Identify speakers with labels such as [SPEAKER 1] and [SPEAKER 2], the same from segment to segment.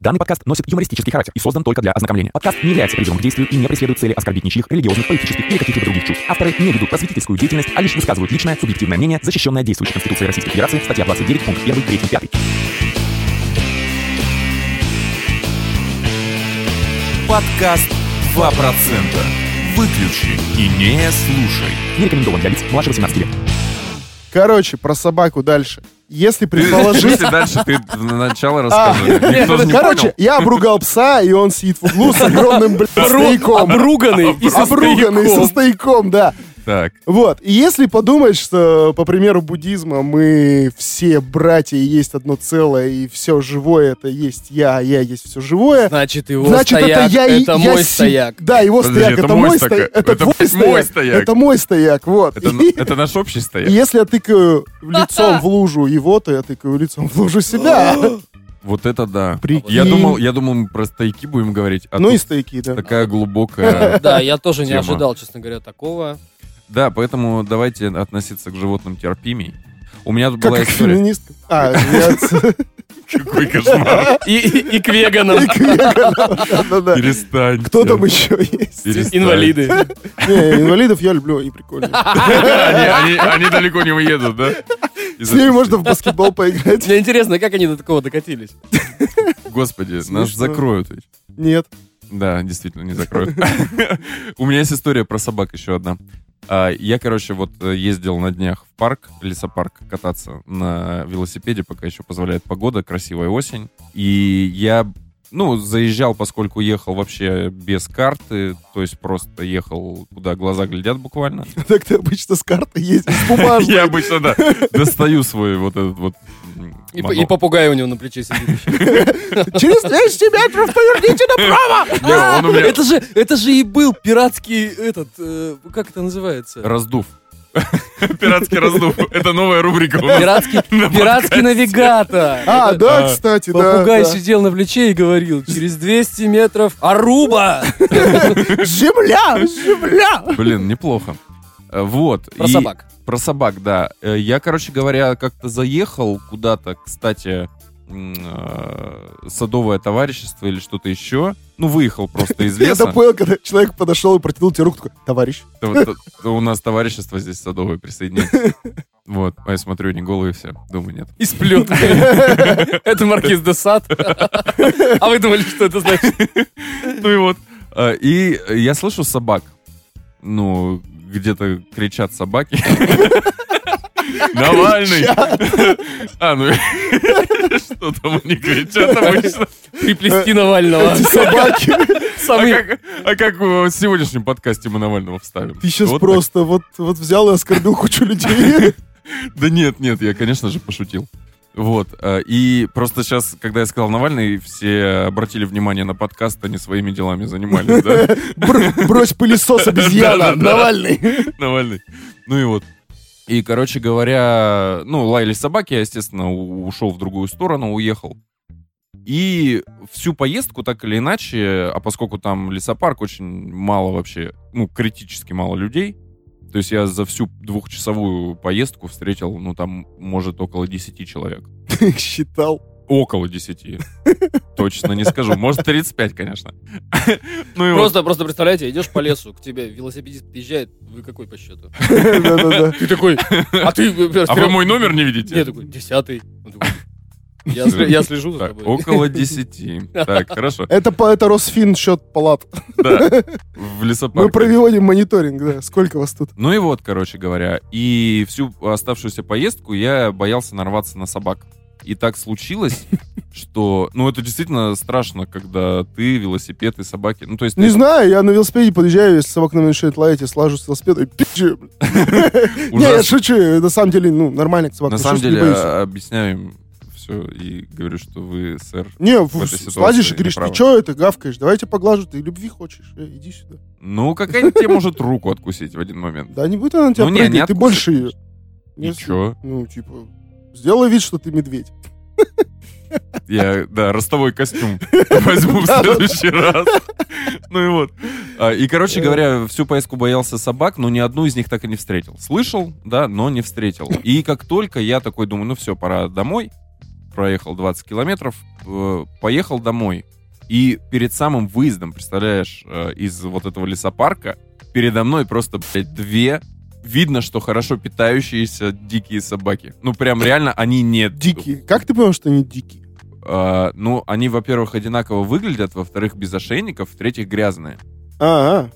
[SPEAKER 1] Данный подкаст носит юмористический характер и создан только для ознакомления. Подкаст не является призывом к действию и не преследует цели оскорбить ничьих религиозных, политических или каких-либо других чувств. Авторы не ведут просветительскую деятельность, а лишь высказывают личное, субъективное мнение, защищенное действующей Конституцией Российской Федерации, статья 29, пункт 1, 3, 5.
[SPEAKER 2] Подкаст 2%. Выключи и не слушай.
[SPEAKER 1] Не рекомендован для лиц младше 18 лет.
[SPEAKER 3] Короче, про собаку дальше. Если предположить...
[SPEAKER 4] Если дальше ты начало
[SPEAKER 3] А,
[SPEAKER 4] расскажи. Никто же не
[SPEAKER 3] короче,
[SPEAKER 4] понял.
[SPEAKER 3] я обругал пса, и он сидит в углу с огромным, блядь, стояком.
[SPEAKER 5] Обруганный и со
[SPEAKER 3] А, Обруганный со
[SPEAKER 5] стояком.
[SPEAKER 3] стояком, да.
[SPEAKER 4] Так.
[SPEAKER 3] Вот. И если подумать, что, по примеру буддизма, мы все братья и есть одно целое, и все живое это есть я, а я есть все живое.
[SPEAKER 5] Значит, его
[SPEAKER 3] Значит,
[SPEAKER 5] стояк,
[SPEAKER 3] это я и
[SPEAKER 5] это
[SPEAKER 3] я
[SPEAKER 5] мой
[SPEAKER 3] си-
[SPEAKER 5] стояк.
[SPEAKER 3] Да, его
[SPEAKER 4] Подожди,
[SPEAKER 3] стояк,
[SPEAKER 4] это
[SPEAKER 3] это
[SPEAKER 4] мой
[SPEAKER 3] мой
[SPEAKER 4] стояк.
[SPEAKER 3] стояк.
[SPEAKER 4] Это
[SPEAKER 3] Это
[SPEAKER 4] мой
[SPEAKER 3] твой стояк.
[SPEAKER 4] стояк.
[SPEAKER 3] Это мой стояк, вот.
[SPEAKER 4] Это,
[SPEAKER 3] И-
[SPEAKER 4] это наш общий
[SPEAKER 3] и
[SPEAKER 4] стояк.
[SPEAKER 3] если я тыкаю лицом в лужу его, то я тыкаю лицом в лужу себя.
[SPEAKER 4] Вот это да.
[SPEAKER 3] Прикинь.
[SPEAKER 4] Я думал, я думал, мы про стояки будем говорить. А
[SPEAKER 3] Ну
[SPEAKER 4] тут
[SPEAKER 3] и стояки, да.
[SPEAKER 4] такая глубокая.
[SPEAKER 5] Да, я тоже не
[SPEAKER 4] Тема.
[SPEAKER 5] ожидал, честно говоря, такого.
[SPEAKER 4] Да, поэтому давайте относиться к животным терпимей. У меня тут была
[SPEAKER 3] Как
[SPEAKER 4] история.
[SPEAKER 3] феминистка. А, я-
[SPEAKER 4] Какой кошмар.
[SPEAKER 5] И, и- и к веганам.
[SPEAKER 3] да-да-да.
[SPEAKER 4] Перестань.
[SPEAKER 3] Кто там еще есть?
[SPEAKER 4] Перестань.
[SPEAKER 5] Инвалиды.
[SPEAKER 3] Не, инвалидов я люблю, и прикольно.
[SPEAKER 4] Они, они- они далеко не уедут, да?
[SPEAKER 3] С ними можно в баскетбол поиграть.
[SPEAKER 5] Мне интересно, как они до такого докатились.
[SPEAKER 4] Господи,
[SPEAKER 3] Смешно.
[SPEAKER 4] нас закроют. ведь.
[SPEAKER 3] Нет.
[SPEAKER 4] Да, действительно, не закроют. У меня есть история про собак еще одна. А, Я, короче, вот э, ездил на днях в парк, лесопарк, кататься на велосипеде, пока еще позволяет погода, красивая осень. И я, ну, заезжал, поскольку ехал вообще без карты, то есть просто ехал, куда глаза глядят буквально.
[SPEAKER 3] Так ты обычно с карты ездишь, с бумажной.
[SPEAKER 4] Я обычно, да, достаю свой вот этот вот... м,
[SPEAKER 5] И, п-
[SPEAKER 4] моно-
[SPEAKER 5] и попугай у него на плече сидит. ещё.
[SPEAKER 3] Через 200 метров поверните направо! А!
[SPEAKER 4] Не, он у меня
[SPEAKER 5] Это же, это же и был пиратский этот, э, как это называется?
[SPEAKER 4] раздув. Пиратский раздув. Это новая рубрика у нас.
[SPEAKER 5] Пиратский,
[SPEAKER 4] На
[SPEAKER 5] пиратский навигатор.
[SPEAKER 3] А,
[SPEAKER 5] Это-
[SPEAKER 3] да,
[SPEAKER 4] А,
[SPEAKER 3] кстати, да.
[SPEAKER 5] Попугай
[SPEAKER 3] да.
[SPEAKER 5] сидел на плече и говорил, через 200 метров Аруба!
[SPEAKER 3] Земля, земля!
[SPEAKER 4] Блин, неплохо. Э, Вот.
[SPEAKER 5] Про
[SPEAKER 4] и-
[SPEAKER 5] собак.
[SPEAKER 4] Про собак, да. Э, Я, короче говоря, как-то заехал куда-то, кстати, м, э, садовое товарищество или что-то еще. Ну, выехал просто из
[SPEAKER 3] Я
[SPEAKER 4] леса.
[SPEAKER 3] понял, когда человек подошел и протянул тебе руку, такой, товарищ.
[SPEAKER 4] То- то- то э, У нас товарищество здесь садовое присоединилось. Вот, а я смотрю, они голые все. Думаю, нет.
[SPEAKER 5] И сплет. Это маркиз де Сад. А вы думали, что это значит?
[SPEAKER 4] Ну и вот. Э, И я слышу собак. Ну, где-то кричат собаки. Навальный! А, ну что там они кричат обычно?
[SPEAKER 5] Приплести Навального.
[SPEAKER 3] Эти собаки.
[SPEAKER 5] Самый-
[SPEAKER 4] А как, а как в сегодняшнем подкасте мы Навального вставим?
[SPEAKER 3] Ты сейчас
[SPEAKER 4] Вот
[SPEAKER 3] просто вот, вот взял и оскорбил кучу людей.
[SPEAKER 4] так. Да нет, нет, я, конечно же, пошутил. Вот. э, И просто сейчас, когда я сказал Навальный, все обратили внимание на подкаст, они своими делами занимались, да?
[SPEAKER 3] Бр- Брось пылесос, обезьяна,
[SPEAKER 4] Да-да-да.
[SPEAKER 3] Навальный.
[SPEAKER 4] Навальный. Ну и вот. И, короче говоря, ну, лаялись собаки, я, естественно, у- ушел в другую сторону, уехал. И всю поездку, так или иначе, а поскольку там лесопарк, очень мало вообще, ну, критически мало людей, то есть я за всю двухчасовую поездку встретил, ну, там, может, около 10 человек.
[SPEAKER 3] Считал.
[SPEAKER 4] Около 10. Точно не скажу. Может, 35, конечно. Ну и вот.
[SPEAKER 5] Просто, просто представляете, идешь по лесу, к тебе велосипедист подъезжает, вы какой по счету?
[SPEAKER 3] Да-да-да.
[SPEAKER 5] А Ты такой, а ты...
[SPEAKER 4] А вы мой номер не видите?
[SPEAKER 5] Я такой, десятый. Он такой, Я сле- я слежу за
[SPEAKER 4] Так,
[SPEAKER 5] тобой.
[SPEAKER 4] около 10. Так, хорошо.
[SPEAKER 3] Это, по- это Росфин счет палат.
[SPEAKER 4] Да, в лесопарке.
[SPEAKER 3] Мы проводим мониторинг, да. Сколько вас тут?
[SPEAKER 4] Ну и вот, короче говоря, и всю оставшуюся поездку я боялся нарваться на собак. И так случилось, что... Ну, это действительно страшно, когда ты, велосипед и собаки... Ну, то есть...
[SPEAKER 3] Не знаю, я на велосипеде подъезжаю, если собака на меня начинает лаять, я слажу с велосипеда и пи***чу, блин. Не, я
[SPEAKER 4] ужасно.
[SPEAKER 3] шучу, на самом деле, ну, нормально к собакам.
[SPEAKER 4] На
[SPEAKER 3] отношусь,
[SPEAKER 4] самом
[SPEAKER 3] не
[SPEAKER 4] деле,
[SPEAKER 3] боюсь.
[SPEAKER 4] а, объясняю им все и говорю, что вы, сэр...
[SPEAKER 3] Не,
[SPEAKER 4] в этой
[SPEAKER 3] в-
[SPEAKER 4] ситуации
[SPEAKER 3] слазишь и говоришь,
[SPEAKER 4] неправы.
[SPEAKER 3] ты что это гавкаешь, давайте поглажу, ты любви хочешь, э, иди сюда.
[SPEAKER 4] Ну, какая-нибудь тебе может руку откусить в один момент.
[SPEAKER 3] Да не будет она на тебя
[SPEAKER 4] Ну, не,
[SPEAKER 3] прыгать,
[SPEAKER 4] не
[SPEAKER 3] ты
[SPEAKER 4] откусит,
[SPEAKER 3] больше ее.
[SPEAKER 4] И чё?
[SPEAKER 3] Ну, типа, сделай вид, что ты медведь.
[SPEAKER 4] Я, да, ростовой костюм возьму в следующий раз. Ну и вот. А, И, короче говоря, всю поездку боялся собак, но ни одну из них так и не встретил. Слышал, да, но не встретил. И как только я такой думаю, ну все, пора домой, проехал 20 километров, э, поехал домой. И перед самым выездом, представляешь, э, из вот этого лесопарка, передо мной просто, блядь, две видно, что хорошо питающиеся дикие собаки. Ну, прям реально они не...
[SPEAKER 3] Дикие. Как ты понял, что они дикие?
[SPEAKER 4] Э, ну, они, во-первых, одинаково выглядят, во-вторых, без ошейников, в-третьих, грязные.
[SPEAKER 3] А,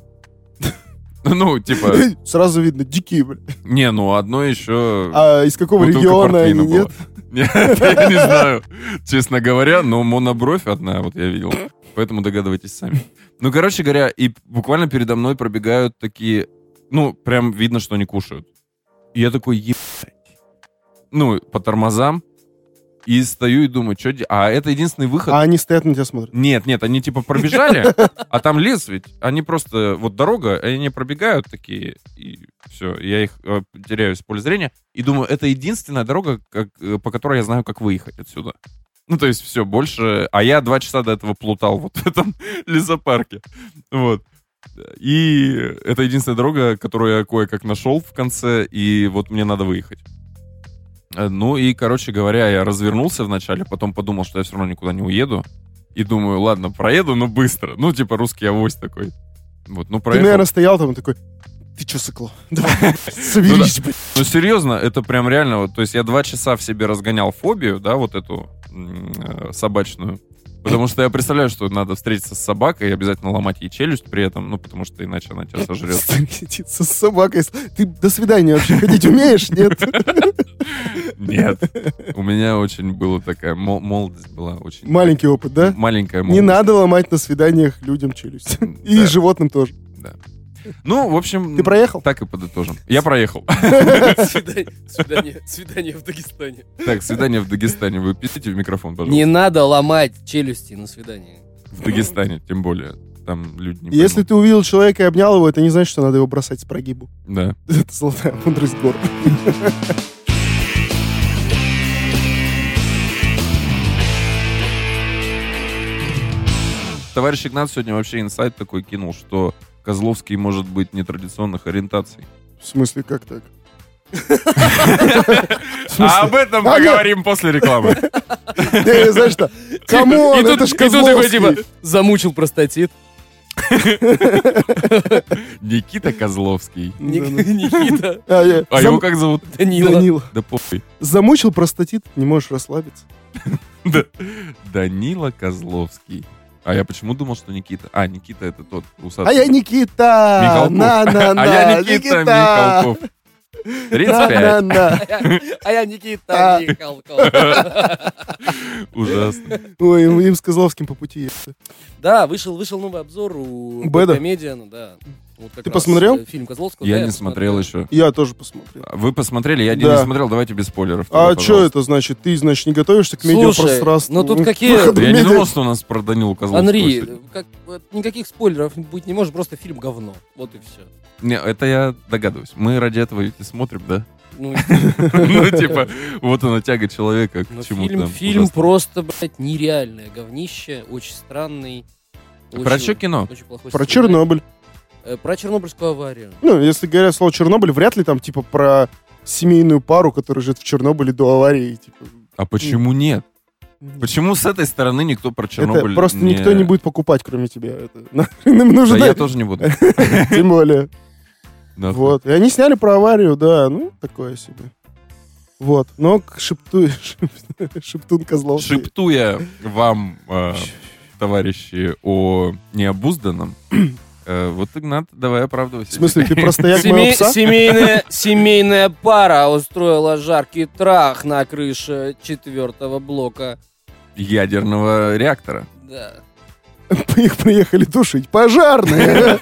[SPEAKER 4] Ну, типа,
[SPEAKER 3] а. сразу видно, дикие, бля.
[SPEAKER 4] не, ну, одно еще...
[SPEAKER 3] А из какого
[SPEAKER 4] Бутылка
[SPEAKER 3] региона они
[SPEAKER 4] портвейна была.
[SPEAKER 3] нет?
[SPEAKER 4] Нет, я не знаю, честно говоря, но монобровь одна, вот я видел. Поэтому догадывайтесь сами. Ну, короче говоря, и буквально передо мной пробегают такие... Ну, прям видно, что они кушают. И я такой, ебать. Ну, по тормозам. И стою и думаю, что... А это единственный выход.
[SPEAKER 3] А они стоят на тебя смотрят.
[SPEAKER 4] Нет, нет, они типа пробежали, а там лес ведь. Они просто, вот дорога, и они пробегают такие, и все, я их э, теряю из поля зрения. И думаю, это единственная дорога, как, э, по которой я знаю, как выехать отсюда. Ну, то есть все, больше... А я два часа до этого плутал вот в этом лесопарке. Вот. И это единственная дорога, которую я кое-как нашел в конце, и вот мне надо выехать. Э, Ну и, короче говоря, я развернулся вначале, потом подумал, что я все равно никуда не уеду. И думаю, ладно, проеду, но быстро. Ну, типа, русский авось такой. Вот, ну,
[SPEAKER 3] Ты,
[SPEAKER 4] проехал.
[SPEAKER 3] наверное, стоял там и такой, ты чё, сыкло? Давай, соберись, блядь.
[SPEAKER 4] Ну, серьезно, это прям реально. Вот, то есть я два часа в себе разгонял фобию, да, вот эту м, э, собачную. Потому что я представляю, что надо встретиться с собакой и обязательно ломать ей челюсть при этом, ну, потому что иначе она тебя сожрет.
[SPEAKER 3] Встретиться с собакой. Ты до свидания вообще ходить умеешь, нет?
[SPEAKER 4] Нет. У меня очень была такая... мол- Молодость была очень...
[SPEAKER 3] Маленький опыт,
[SPEAKER 4] М-м-м.
[SPEAKER 3] да?
[SPEAKER 4] Маленькая
[SPEAKER 3] Не
[SPEAKER 4] молодость.
[SPEAKER 3] надо ломать на свиданиях людям челюсть. И
[SPEAKER 4] Да.
[SPEAKER 3] животным тоже.
[SPEAKER 4] Ну, в общем...
[SPEAKER 3] Ты проехал?
[SPEAKER 4] Так и подытожим. Я проехал.
[SPEAKER 5] Свидание, свидание, свидание в Дагестане.
[SPEAKER 4] Так, свидание в Дагестане. Вы пишите в микрофон,
[SPEAKER 5] Не
[SPEAKER 4] пожалуйста.
[SPEAKER 5] надо ломать челюсти на свидание.
[SPEAKER 4] В Дагестане, тем более. Там люди не
[SPEAKER 3] Если ты увидел человека и обнял его, это не значит, что надо его бросать с прогибу.
[SPEAKER 4] поймут. Да.
[SPEAKER 3] Это золотая мудрость гор.
[SPEAKER 4] Товарищ Игнат сегодня вообще инсайт такой кинул, что Козловский может быть нетрадиционных ориентаций.
[SPEAKER 3] В смысле, как так?
[SPEAKER 4] А об этом
[SPEAKER 3] Ага.
[SPEAKER 4] поговорим после рекламы.
[SPEAKER 3] Не, не, знаешь что?
[SPEAKER 4] Типа,
[SPEAKER 5] И
[SPEAKER 3] Камон,
[SPEAKER 5] тут-
[SPEAKER 3] это ж
[SPEAKER 5] и тут такой, типа,
[SPEAKER 3] Козловский.
[SPEAKER 5] замучил простатит.
[SPEAKER 4] Никита Козловский.
[SPEAKER 5] Ник-
[SPEAKER 3] Да,
[SPEAKER 5] Никита,
[SPEAKER 3] А я-
[SPEAKER 4] А
[SPEAKER 3] зам-
[SPEAKER 4] его как зовут?
[SPEAKER 5] Данила.
[SPEAKER 3] Данила.
[SPEAKER 4] Да похуй.
[SPEAKER 3] Замучил простатит, не можешь расслабиться.
[SPEAKER 4] Данила Козловский. А я почему думал, что Никита? А, Никита это тот
[SPEAKER 3] А
[SPEAKER 4] усатый.
[SPEAKER 3] я Никита!
[SPEAKER 4] Михалков.
[SPEAKER 3] На-на-на!
[SPEAKER 4] А я Никита Михалков. 35.
[SPEAKER 3] На-на-на!
[SPEAKER 5] А я Никита
[SPEAKER 3] А.
[SPEAKER 5] Михалков.
[SPEAKER 4] Ужасно.
[SPEAKER 3] Ой, им им с Козловским по пути. ебаться.
[SPEAKER 5] Да, вышел, вышел новый обзор у
[SPEAKER 3] Беда?
[SPEAKER 5] Комедиана, да. Вот как
[SPEAKER 3] Ты
[SPEAKER 5] раз,
[SPEAKER 3] посмотрел?
[SPEAKER 5] э, Фильм Козловского. да,
[SPEAKER 4] Я не
[SPEAKER 5] я
[SPEAKER 4] смотрел еще.
[SPEAKER 3] Я тоже посмотрел.
[SPEAKER 4] Вы посмотрели, я один
[SPEAKER 3] Да.
[SPEAKER 4] не смотрел, давайте без спойлеров.
[SPEAKER 3] А
[SPEAKER 4] тогда,
[SPEAKER 3] что
[SPEAKER 4] пожалуйста.
[SPEAKER 3] это значит? Ты, значит, не готовишься к
[SPEAKER 5] Слушай,
[SPEAKER 3] медиапространству?
[SPEAKER 5] ну тут
[SPEAKER 3] К
[SPEAKER 5] какие-
[SPEAKER 3] выходу в
[SPEAKER 4] Я не
[SPEAKER 3] медиа-
[SPEAKER 4] думал, что у нас про Данилу Козловского.
[SPEAKER 5] Анри, э,
[SPEAKER 4] сегодня.
[SPEAKER 5] как, вот никаких спойлеров быть не может, просто фильм говно. Вот и все.
[SPEAKER 4] Не, это я догадываюсь. Мы ради этого ведь и смотрим, да?
[SPEAKER 5] Ну,
[SPEAKER 4] Ну, типа, вот она тяга человека
[SPEAKER 5] ну,
[SPEAKER 4] к чему-то.
[SPEAKER 5] фильм, фильм
[SPEAKER 4] ужасному.
[SPEAKER 5] просто, блядь, нереальное говнище, очень странный.
[SPEAKER 4] Про что кино?
[SPEAKER 5] Очень плохой
[SPEAKER 3] Про
[SPEAKER 5] сценарий.
[SPEAKER 3] Чернобыль.
[SPEAKER 5] Э, Про Чернобыльскую аварию.
[SPEAKER 3] Ну, если говорят слово Чернобыль, вряд ли там, типа, про семейную пару, которая живет в Чернобыле до аварии. типа.
[SPEAKER 4] А почему нет? Почему с этой стороны никто про Чернобыль
[SPEAKER 3] Это просто никто не будет покупать, кроме тебя. Это нахрен им
[SPEAKER 4] Да
[SPEAKER 3] нужно,
[SPEAKER 4] я тоже не буду.
[SPEAKER 3] тем более.
[SPEAKER 4] Да.
[SPEAKER 3] Вот. И они сняли про аварию, да, ну, такое себе. Вот. Но к шепту... Шептун Козловский.
[SPEAKER 4] Шепту я вам, э, товарищи, о необузданном. Э, Вот, Игнат, давай оправдывайся.
[SPEAKER 3] В смысле, ты просто як моего
[SPEAKER 5] Семей-
[SPEAKER 3] пса?
[SPEAKER 5] семейная, семейная пара устроила жаркий трах на крыше четвертого блока.
[SPEAKER 4] Ядерного реактора.
[SPEAKER 5] Да.
[SPEAKER 3] Их приехали тушить. Пожарные!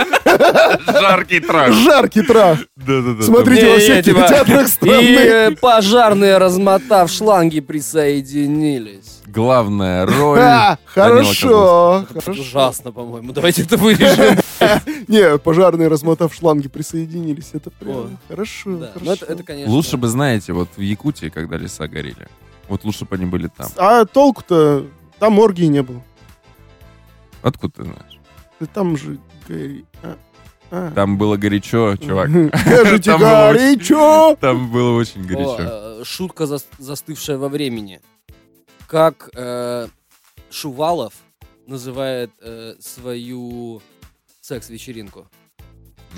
[SPEAKER 4] Жаркий трак.
[SPEAKER 3] Жаркий трах!
[SPEAKER 4] Да-да-да.
[SPEAKER 3] Смотрите
[SPEAKER 5] Не,
[SPEAKER 3] во
[SPEAKER 5] не,
[SPEAKER 3] всех
[SPEAKER 5] типа,
[SPEAKER 3] кинотеатрах
[SPEAKER 5] И
[SPEAKER 3] страны.
[SPEAKER 5] э, пожарные, размотав шланги, присоединились.
[SPEAKER 4] Главная роль.
[SPEAKER 3] А, Хорошо.
[SPEAKER 5] Это
[SPEAKER 3] хорошо.
[SPEAKER 5] ужасно, по-моему. Давайте это вырежем.
[SPEAKER 3] Не, пожарные, размотав шланги, присоединились. Это
[SPEAKER 5] О.
[SPEAKER 3] прям хорошо.
[SPEAKER 5] Да,
[SPEAKER 3] хорошо.
[SPEAKER 5] ну это, это, конечно.
[SPEAKER 4] Лучше бы, знаете, вот в Якутии, когда леса горели, вот лучше бы они были там.
[SPEAKER 3] А толку-то? Там оргии не было.
[SPEAKER 4] Откуда ты знаешь?
[SPEAKER 3] Да Там же гори- а, а. Хм,
[SPEAKER 4] Там было горячо, чувак.
[SPEAKER 3] Скажите,
[SPEAKER 4] Там было очень-
[SPEAKER 3] горячо!
[SPEAKER 4] Там было очень
[SPEAKER 5] О,
[SPEAKER 4] горячо.
[SPEAKER 5] э, шутка зас- застывшая во времени. как э, Шувалов называет э, свою секс-вечеринку.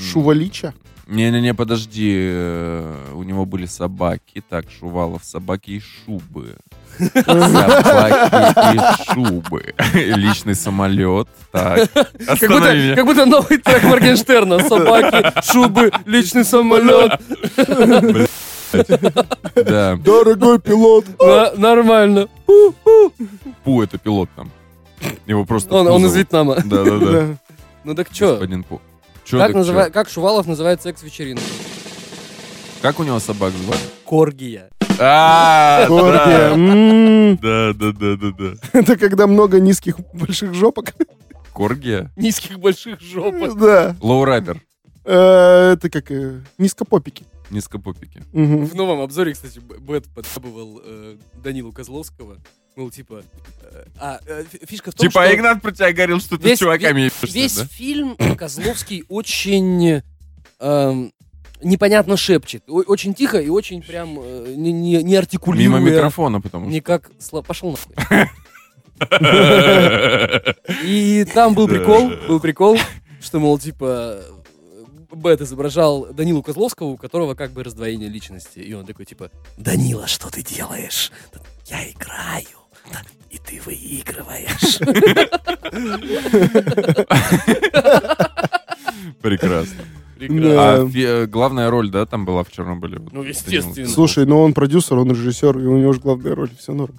[SPEAKER 3] Шувалича.
[SPEAKER 4] Не-не-не, подожди. э, У него были собаки. Так, Шувалов, собаки и шубы. Собаки и шубы. Личный самолет. Так,
[SPEAKER 5] Как будто,
[SPEAKER 4] останови меня.
[SPEAKER 5] как будто новый трек Моргенштерна. Собаки, шубы, личный самолет.
[SPEAKER 4] Да,
[SPEAKER 3] Дорогой пилот.
[SPEAKER 5] На- Нормально.
[SPEAKER 4] Пу, это пилот там. Его просто...
[SPEAKER 5] Он, он из
[SPEAKER 4] кузов.
[SPEAKER 5] Вьетнама.
[SPEAKER 4] Да-да-да.
[SPEAKER 3] Да.
[SPEAKER 5] Ну так чё?
[SPEAKER 4] Господин Пу. Чё
[SPEAKER 5] Как,
[SPEAKER 4] так чё?
[SPEAKER 5] называ- как Шувалов называет секс-вечеринку?
[SPEAKER 4] Как у него собак звали?
[SPEAKER 5] Коргия.
[SPEAKER 4] А,
[SPEAKER 3] Торги. М,
[SPEAKER 4] Да, да, да, да, да.
[SPEAKER 3] Это когда много низких больших жопок.
[SPEAKER 4] Коргия?
[SPEAKER 5] Низких больших жопок.
[SPEAKER 3] Да.
[SPEAKER 4] Лоурайдер.
[SPEAKER 3] Э, Это как э, низкопопики.
[SPEAKER 4] Низкопупики.
[SPEAKER 3] Мгм.
[SPEAKER 5] В новом обзоре, кстати, Б- Бэт подсабывал э, Данилу Козловского. Мол, типа... э, а, э, фи- фишка в том,
[SPEAKER 4] Типа
[SPEAKER 5] что...
[SPEAKER 4] Игнат про тебя говорил, что ты
[SPEAKER 5] Весь-
[SPEAKER 4] с чуваками ебешься,
[SPEAKER 5] Весь
[SPEAKER 4] да?
[SPEAKER 5] фильм Козловский очень эм, непонятно шепчет. О- очень тихо и очень прям э, не, не, не
[SPEAKER 4] Мимо
[SPEAKER 5] артикулируя.
[SPEAKER 4] микрофона, потому Ну что...
[SPEAKER 5] Никак... сло- Пошел нахуй. И там был прикол, был прикол, что, мол, типа, Бет изображал Данилу Козловского, у которого как бы раздвоение личности. И он такой, типа, Данила, что ты делаешь? Я играю, и ты выигрываешь.
[SPEAKER 4] Прекрасно.
[SPEAKER 3] Да.
[SPEAKER 4] А фи- э, главная роль, да, там была в Чернобыле? Вот
[SPEAKER 5] Ну,
[SPEAKER 4] Данила.
[SPEAKER 5] естественно.
[SPEAKER 3] Слушай, ну он продюсер, он режиссер, и у него же главная роль, все норм.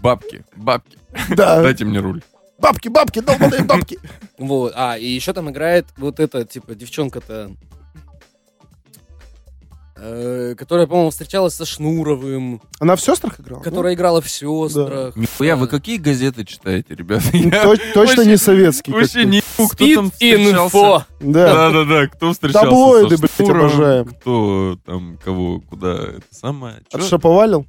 [SPEAKER 4] Бабки, бабки,
[SPEAKER 3] Да,
[SPEAKER 4] дайте мне руль.
[SPEAKER 3] бабки, бабки, долбаные бабки.
[SPEAKER 5] Вот, а, и еще там играет вот эта, типа, девчонка-то, э, которая, по-моему, встречалась со Шнуровым,
[SPEAKER 3] Она в сестрах играла? Ну,
[SPEAKER 5] которая играла в сестрах.
[SPEAKER 4] Нихуя, вы какие газеты читаете, ребята?
[SPEAKER 3] Ну,
[SPEAKER 4] Я
[SPEAKER 3] то- Точно не советский.
[SPEAKER 4] Вообще
[SPEAKER 3] какой-то.
[SPEAKER 4] не кто там встречался.
[SPEAKER 5] инфо.
[SPEAKER 3] Да.
[SPEAKER 4] Да-да-да, кто встречался? со
[SPEAKER 3] Таблоиды, блядь,
[SPEAKER 4] Штуром,
[SPEAKER 3] обожаем.
[SPEAKER 4] Кто там, кого, куда, это самое.
[SPEAKER 3] А
[SPEAKER 4] чё?
[SPEAKER 3] Отшаповалил?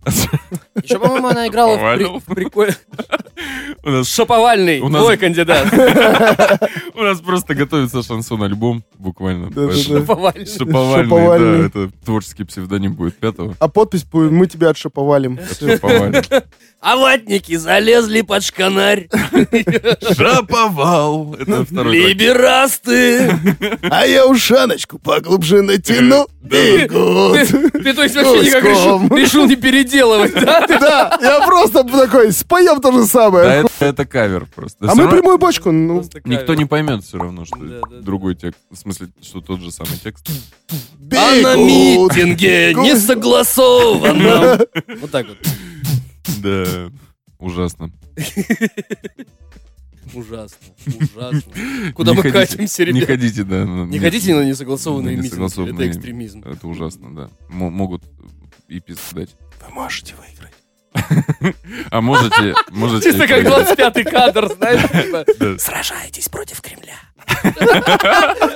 [SPEAKER 5] Еще, по-моему, она играла в при-
[SPEAKER 4] Шаповалил.
[SPEAKER 5] в прикольно.
[SPEAKER 4] У нас
[SPEAKER 5] Шаповальный,
[SPEAKER 4] У нас-
[SPEAKER 5] твой кандидат.
[SPEAKER 4] У нас просто готовится шансон-альбом, буквально.
[SPEAKER 3] Да-да-да.
[SPEAKER 4] поэтому-
[SPEAKER 5] Шаповальный.
[SPEAKER 4] Шаповальный,
[SPEAKER 3] Шаповальный.
[SPEAKER 4] да, это творческий псевдоним будет пятого.
[SPEAKER 3] А подпись будет «Мы тебя отшаповалим». Всё.
[SPEAKER 4] Шаповальный.
[SPEAKER 5] А ватники залезли под шканарь.
[SPEAKER 4] Шаповал! Это второй трек.
[SPEAKER 5] Либерасты.
[SPEAKER 3] А я ушаночку поглубже натяну. И гуд.
[SPEAKER 5] Ты, то есть, вообще никак решил,
[SPEAKER 3] Гуськом.
[SPEAKER 5] решил не переделывать, да? Ты-
[SPEAKER 3] Да, я просто такой, споем то же
[SPEAKER 4] Да,
[SPEAKER 3] самое.
[SPEAKER 4] это, это кавер просто.
[SPEAKER 3] А
[SPEAKER 4] Всё
[SPEAKER 3] мы
[SPEAKER 4] равно
[SPEAKER 3] прямую бочку. Ну,
[SPEAKER 5] Просто
[SPEAKER 4] Никто
[SPEAKER 5] кавер.
[SPEAKER 4] не поймет все равно, что
[SPEAKER 5] Да-да-да.
[SPEAKER 4] другой текст. В смысле, что тот же самый текст.
[SPEAKER 5] А на
[SPEAKER 3] бегут.
[SPEAKER 5] митинге не
[SPEAKER 3] Гусь.
[SPEAKER 5] согласовано. Вот так вот.
[SPEAKER 4] Да. Ужасно.
[SPEAKER 5] Ужасно, ужасно. Куда
[SPEAKER 4] Не
[SPEAKER 5] мы
[SPEAKER 4] ходите-
[SPEAKER 5] катимся,
[SPEAKER 4] Не
[SPEAKER 5] ребят?
[SPEAKER 4] ходите, да. на-
[SPEAKER 5] Не ходите на несогласованные
[SPEAKER 4] на
[SPEAKER 5] митинги. Это
[SPEAKER 4] несогласованные.
[SPEAKER 5] экстремизм.
[SPEAKER 4] Это ужасно, да. М- могут и пиздать.
[SPEAKER 3] Вы можете выиграть.
[SPEAKER 4] А можете... можете
[SPEAKER 5] Чисто как 25-й кадр, знаешь, типа,
[SPEAKER 4] Да.
[SPEAKER 5] сражаетесь против Кремля.
[SPEAKER 4] Прекрасно.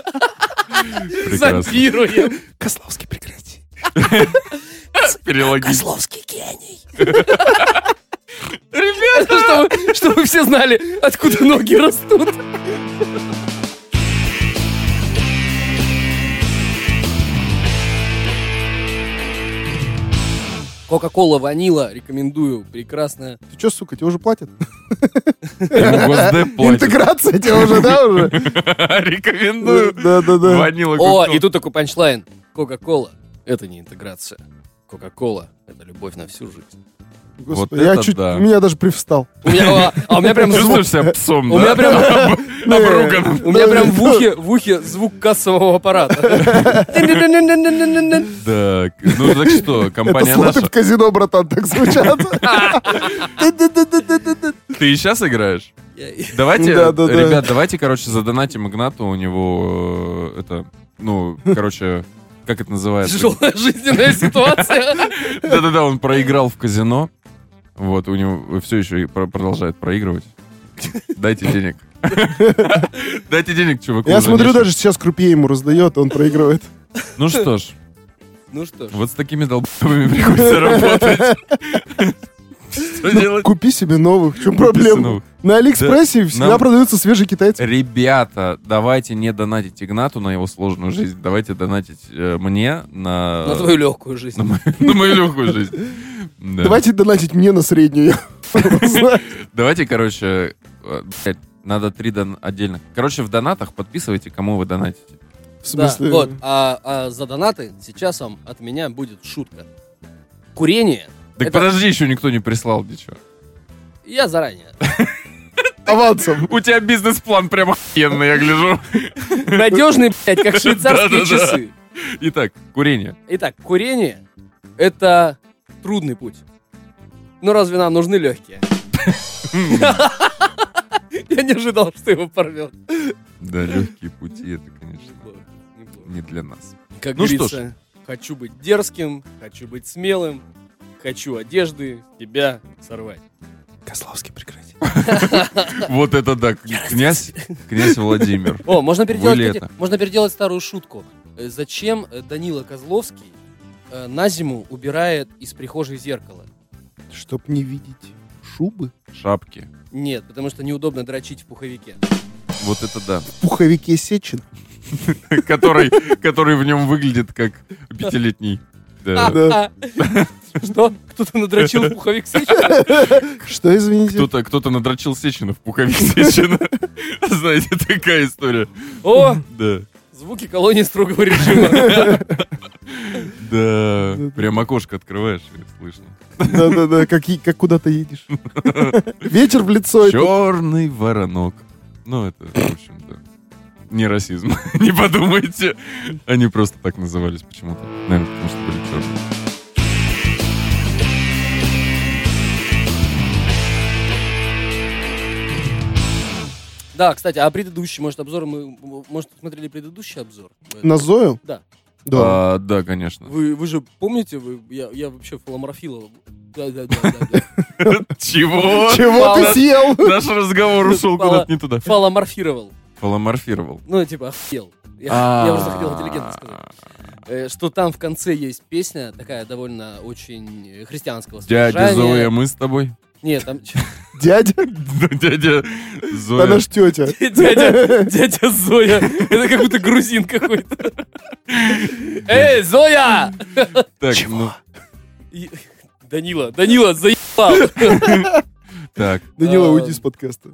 [SPEAKER 5] Зомбируем.
[SPEAKER 3] Кословский, прекрати.
[SPEAKER 4] Перелогично.
[SPEAKER 5] Козловский гений. Ребята! Ну, Чтобы, чтобы все знали, откуда ноги растут. Кока-кола ванила рекомендую. Прекрасная.
[SPEAKER 3] Ты что, сука, тебе уже платят?
[SPEAKER 4] Ему Госдеп платит.
[SPEAKER 3] Интеграция тебе уже, да, уже?
[SPEAKER 4] Рекомендую.
[SPEAKER 3] Да, да, да.
[SPEAKER 4] Ванила
[SPEAKER 5] О,
[SPEAKER 4] Кока-Кола.
[SPEAKER 5] и тут такой панчлайн. Кока-кола — это не интеграция. Кока-кола — это любовь на всю жизнь.
[SPEAKER 3] Господи,
[SPEAKER 4] это
[SPEAKER 3] я чуть,
[SPEAKER 4] да.
[SPEAKER 3] меня даже привстал.
[SPEAKER 5] У меня, а, а у меня прям звук...
[SPEAKER 4] Чувствуешь себя псом,
[SPEAKER 5] У меня
[SPEAKER 4] да?
[SPEAKER 5] прям...
[SPEAKER 4] Обруганным.
[SPEAKER 5] У меня прям в ухе, в ухе звук кассового аппарата.
[SPEAKER 4] Так, ну так что,
[SPEAKER 3] Это
[SPEAKER 4] компания
[SPEAKER 3] слоты
[SPEAKER 4] наша.
[SPEAKER 3] в казино, братан, так звучат.
[SPEAKER 4] Ты и сейчас играешь?
[SPEAKER 5] Я-
[SPEAKER 4] Давайте,
[SPEAKER 3] Да, да, да.
[SPEAKER 4] ребят, давайте, короче, задонатим Игнату. У него э, это, ну, короче, как это называется?
[SPEAKER 5] Тяжелая жизненная ситуация.
[SPEAKER 4] Да-да-да, он проиграл в казино. Вот, у него все еще продолжает проигрывать. Дайте денег. Дайте денег, чуваку.
[SPEAKER 3] Я
[SPEAKER 4] уже
[SPEAKER 3] смотрю,
[SPEAKER 4] нечем.
[SPEAKER 3] даже сейчас крупье ему раздает, он проигрывает.
[SPEAKER 4] Ну что ж,
[SPEAKER 5] Ну что ж.
[SPEAKER 4] вот с такими долбами приходится работать. Что делать?
[SPEAKER 3] Купи себе новых, в чем проблема?
[SPEAKER 4] Сынок,
[SPEAKER 3] На Алиэкспрессе всегда
[SPEAKER 4] нам-
[SPEAKER 3] продаются свежие китайцы.
[SPEAKER 4] Ребята, давайте не донатить Игнату на его сложную жизнь, давайте донатить э, мне на...
[SPEAKER 5] На твою легкую жизнь.
[SPEAKER 4] на мою- на мою легкую жизнь. Да.
[SPEAKER 3] Давайте донатить мне на среднюю. Я знаю.
[SPEAKER 4] Давайте, короче, э, блядь, надо три дон отдельно. Короче, в донатах подписывайте, кому вы донатите.
[SPEAKER 3] В
[SPEAKER 5] Да,
[SPEAKER 3] смысле?
[SPEAKER 5] вот. А, а за донаты сейчас вам от меня будет шутка. Курение.
[SPEAKER 4] Так
[SPEAKER 5] Это-
[SPEAKER 4] подожди, еще никто не прислал ничего.
[SPEAKER 5] Я заранее.
[SPEAKER 3] Авансом.
[SPEAKER 4] У тебя бизнес-план прям охуенный, я гляжу.
[SPEAKER 5] Надежный, блядь, как швейцарские
[SPEAKER 4] Да-да-да.
[SPEAKER 5] часы.
[SPEAKER 4] Итак, курение.
[SPEAKER 5] Итак, курение — это трудный путь. Но разве нам нужны легкие? Я не ожидал, что его порвет.
[SPEAKER 4] Да, легкие пути, это, конечно, не для нас.
[SPEAKER 5] Как
[SPEAKER 4] Ну что
[SPEAKER 5] говорится, хочу быть дерзким, хочу быть смелым, хочу одежды тебя сорвать.
[SPEAKER 3] Кословский, прекрати.
[SPEAKER 4] Вот это да, князь, князь Владимир.
[SPEAKER 5] О, можно переделать,
[SPEAKER 4] Вы ли
[SPEAKER 5] кстати,
[SPEAKER 4] это?
[SPEAKER 5] можно переделать старую шутку. Э, Зачем э, Данила Козловский э, на зиму убирает из прихожей зеркало?
[SPEAKER 3] Чтоб не видеть шубы.
[SPEAKER 4] Шапки.
[SPEAKER 5] Нет, потому что неудобно дрочить в пуховике.
[SPEAKER 4] Вот это да.
[SPEAKER 3] В пуховике Сечин.
[SPEAKER 4] Который, который в нем выглядит как пятилетний. А, Да.
[SPEAKER 3] Да.
[SPEAKER 5] Что? Кто-то надрочил в пуховик сечь?
[SPEAKER 3] Что, извините?
[SPEAKER 4] Кто-то кто надрочил Сечина в пуховик Сечина. Знаете, такая история.
[SPEAKER 5] О,
[SPEAKER 4] Да.
[SPEAKER 5] звуки колонии строгого режима.
[SPEAKER 4] Ну, Да. Прям окошко открываешь, и слышно.
[SPEAKER 3] Да-да-да, как е- как куда-то едешь. Ветер в лицо. это-
[SPEAKER 4] Черный воронок. Ну, это, в общем-то, не расизм. Не подумайте. Они просто так назывались почему-то. Наверное, потому что были черные.
[SPEAKER 5] Да, кстати, а предыдущий, может, обзор мы, м- может, смотрели предыдущий обзор?
[SPEAKER 4] Ну.
[SPEAKER 3] На Зою?
[SPEAKER 5] Да.
[SPEAKER 3] Да.
[SPEAKER 4] А, Да, конечно.
[SPEAKER 5] Вы, вы же помните, вы- я, я вообще фаломорфила. Да-да-да.
[SPEAKER 4] Чего?
[SPEAKER 5] А.
[SPEAKER 3] Чего
[SPEAKER 5] Мало.
[SPEAKER 3] ты съел?
[SPEAKER 4] Наш разговор ушел
[SPEAKER 5] Фала-
[SPEAKER 4] куда-то не туда.
[SPEAKER 5] Фаломорфировал.
[SPEAKER 4] Фаломорфировал.
[SPEAKER 5] Ну, типа, охуел. Я,
[SPEAKER 4] А.
[SPEAKER 5] я просто хотел интеллигентно сказать. Э, Что там в конце есть песня, такая довольно очень э, христианского
[SPEAKER 4] Дядя
[SPEAKER 5] содержания.
[SPEAKER 4] Зоя, мы с тобой.
[SPEAKER 5] Нет, там... чё-
[SPEAKER 3] Дядя?
[SPEAKER 4] Ну, Дядя
[SPEAKER 3] Она
[SPEAKER 4] Зоя.
[SPEAKER 3] ж тетя.
[SPEAKER 5] Дядя, дядя Зоя. Это как будто грузин какой-то. Эй, Зоя!
[SPEAKER 4] Так, ну,
[SPEAKER 5] И- Данила, Данила, заебал.
[SPEAKER 4] так,
[SPEAKER 3] Данила,
[SPEAKER 5] А.
[SPEAKER 3] уйди с подкаста.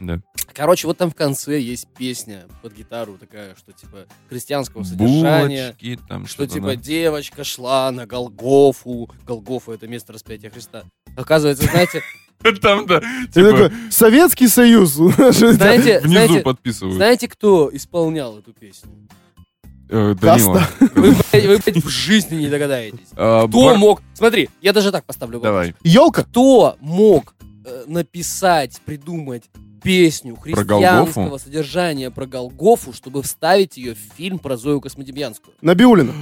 [SPEAKER 4] да.
[SPEAKER 5] Короче, вот там в конце есть песня под гитару такая, что типа христианского содержания.
[SPEAKER 4] Булочки, там
[SPEAKER 5] Что
[SPEAKER 4] что-то.
[SPEAKER 5] типа
[SPEAKER 4] на-
[SPEAKER 5] девочка шла на Голгофу. Голгофа это место распятия Христа. Оказывается, знаете,
[SPEAKER 4] Там, да,
[SPEAKER 3] Ты
[SPEAKER 4] типа,
[SPEAKER 3] такой, Советский Союз. у нас же это-
[SPEAKER 5] знаете,
[SPEAKER 4] внизу
[SPEAKER 5] Э, знаете,
[SPEAKER 4] подписывают.
[SPEAKER 5] знаете, кто исполнял эту песню?
[SPEAKER 4] Э, Данила. Э,
[SPEAKER 5] Вы, блядь, вы, блядь, в жизни не догадаетесь.
[SPEAKER 4] А,
[SPEAKER 5] Кто
[SPEAKER 4] бар-
[SPEAKER 5] мог? Смотри, я даже так поставлю. вопрос.
[SPEAKER 4] Давай.
[SPEAKER 3] Елка?
[SPEAKER 5] Кто мог э, написать, придумать песню христианского
[SPEAKER 4] Голгофу?
[SPEAKER 5] содержания про Голгофу, чтобы вставить ее в фильм про Зою Космодемьянскую?
[SPEAKER 3] Набиулина.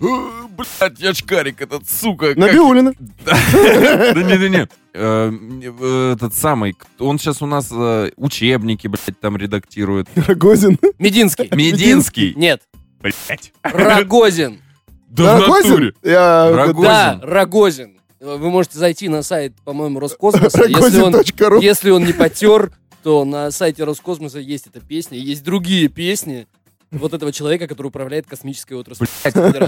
[SPEAKER 4] Блять, Э, я очкарик этот, сука. как-
[SPEAKER 3] Набиулина.
[SPEAKER 4] Да не, не, не. Э, э, Этот самый, кто- он сейчас у нас э, учебники, блядь, там редактирует.
[SPEAKER 3] Рогозин.
[SPEAKER 5] Мединский.
[SPEAKER 4] Мединский.
[SPEAKER 5] Нет.
[SPEAKER 4] Блядь.
[SPEAKER 5] Рогозин.
[SPEAKER 4] Да в
[SPEAKER 3] Рогозин?
[SPEAKER 4] натуре.
[SPEAKER 3] Я-
[SPEAKER 4] Рогозин.
[SPEAKER 5] Да, Рогозин. Вы можете зайти на сайт, по-моему, Роскосмоса. Если он,
[SPEAKER 3] Рогозин.ру.
[SPEAKER 5] если он не потер, то на сайте Роскосмоса есть эта песня, есть другие песни вот этого человека, который управляет космической отраслью.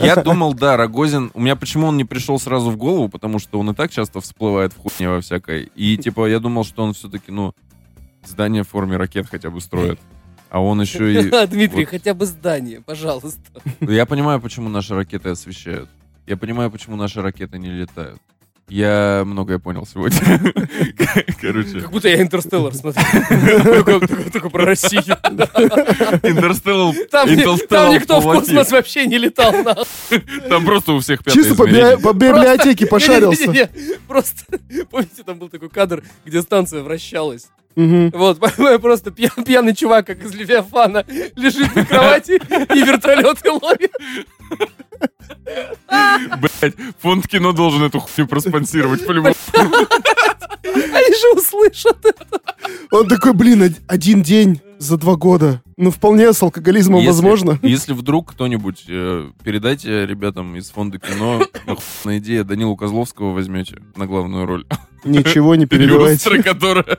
[SPEAKER 4] Я думал, да, Рогозин. У меня почему он не пришел сразу в голову, потому что он и так часто всплывает в хуйне во всякой. И типа я думал, что он все-таки, ну, здание в форме ракет хотя бы строит. А он еще и...
[SPEAKER 5] Дмитрий,
[SPEAKER 4] вот.
[SPEAKER 5] хотя бы здание, пожалуйста.
[SPEAKER 4] Я понимаю, почему наши ракеты освещают. Я понимаю, почему наши ракеты не летают. Я многое понял сегодня. Короче,
[SPEAKER 5] Как будто я интерстеллар смотрю. Только- Только только про Россию.
[SPEAKER 4] Интерстелл,
[SPEAKER 5] Там ни- там никто в
[SPEAKER 4] плохие.
[SPEAKER 5] космос вообще не летал. на.
[SPEAKER 4] Там просто у всех пятое
[SPEAKER 3] Чисто по
[SPEAKER 4] измерение.
[SPEAKER 3] библи- по библиотеке пошарился.
[SPEAKER 5] Не-не-не-не. Просто, помните, там был такой кадр, где станция вращалась.
[SPEAKER 3] Мгм.
[SPEAKER 5] Вот, просто пья- пьяный чувак, как из Левиафана, лежит на кровати и вертолеты ловит.
[SPEAKER 4] Блядь, фонд кино должен эту хуйню проспонсировать по-любому.
[SPEAKER 5] Они А же услышат.
[SPEAKER 3] Он такой, блин, од- один день за два года. Ну, вполне с алкоголизмом
[SPEAKER 4] Если-
[SPEAKER 3] Ну, возможно.
[SPEAKER 4] Если вдруг кто-нибудь, э, передайте ребятам из фонда кино, на идея Данилу Козловского возьмете на главную роль.
[SPEAKER 3] Ничего не перебивайте.
[SPEAKER 4] люстра, которая,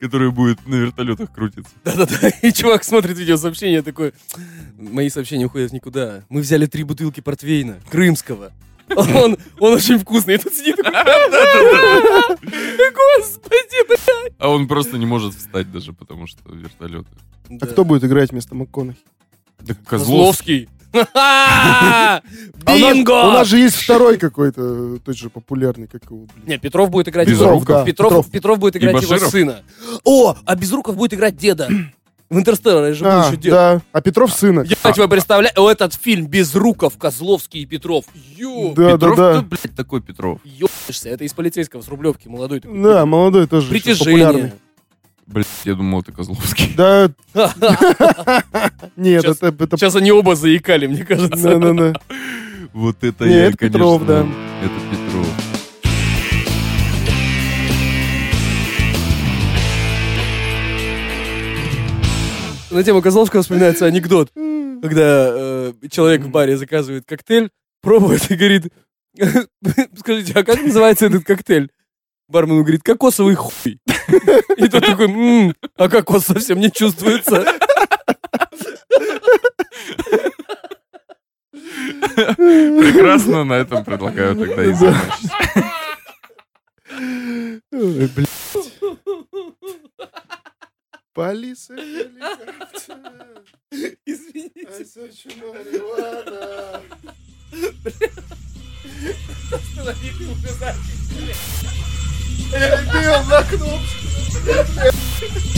[SPEAKER 4] которая будет на вертолетах крутиться.
[SPEAKER 5] Да-да-да. И чувак смотрит видеосообщение такой, мои сообщения уходят в никуда. Мы взяли три бутылки портвейна, крымского. Он, он очень вкусный. И тут сидит такой, господи, блин».
[SPEAKER 4] А он просто не может встать даже, потому что вертолеты.
[SPEAKER 3] А
[SPEAKER 5] Да.
[SPEAKER 3] кто будет играть вместо МакКонахи?
[SPEAKER 4] Да
[SPEAKER 5] Козловский.
[SPEAKER 3] А
[SPEAKER 5] Ха-ха!
[SPEAKER 3] у нас- У
[SPEAKER 5] Бинго!
[SPEAKER 3] нас же есть второй какой-то, тот же популярный, как его, блин.
[SPEAKER 5] Не, Петров будет играть
[SPEAKER 3] Безруков,
[SPEAKER 5] его-
[SPEAKER 3] да,
[SPEAKER 5] Петров,
[SPEAKER 3] Петров.
[SPEAKER 5] Петров будет играть его
[SPEAKER 4] Баширов?
[SPEAKER 5] сына. О, а Безруков будет играть деда. В Интерстелларе же был
[SPEAKER 3] А,
[SPEAKER 5] еще дед.
[SPEAKER 3] да. А Петров сына.
[SPEAKER 5] Я тебя представляю, о, этот фильм Безруков, Козловский и Петров. Ё,
[SPEAKER 3] Да, да,
[SPEAKER 4] Петров,
[SPEAKER 3] да.
[SPEAKER 4] кто, блядь, такой Петров?
[SPEAKER 5] ёбаешься. Это из полицейского с Рублевки, молодой такой.
[SPEAKER 3] Да, молодой тоже. ещё популярный.
[SPEAKER 5] Притяжение.
[SPEAKER 4] Блядь, я думал, это Козловский.
[SPEAKER 3] Да,
[SPEAKER 5] Сейчас
[SPEAKER 3] нет,
[SPEAKER 5] Сейчас-
[SPEAKER 3] это... это-
[SPEAKER 5] они оба заикали, мне кажется.
[SPEAKER 3] Да-да-да.
[SPEAKER 4] Вот это
[SPEAKER 3] Не,
[SPEAKER 4] я,
[SPEAKER 3] это
[SPEAKER 4] конечно.
[SPEAKER 3] Петров, да.
[SPEAKER 4] Это Петров.
[SPEAKER 5] На тему Козловского вспоминается анекдот, когда э, человек в баре заказывает коктейль, пробует и говорит, скажите, а как называется этот коктейль? Бармену говорит, кокосовый хуй. И тот такой, «М, а кокос совсем не чувствуется.
[SPEAKER 4] Прекрасно, на этом предлагаю тогда и закончить.
[SPEAKER 3] Ой, блядь. Полиция великолепна,
[SPEAKER 5] Извините.
[SPEAKER 3] а сочи марихуана. Перебил на кнопку.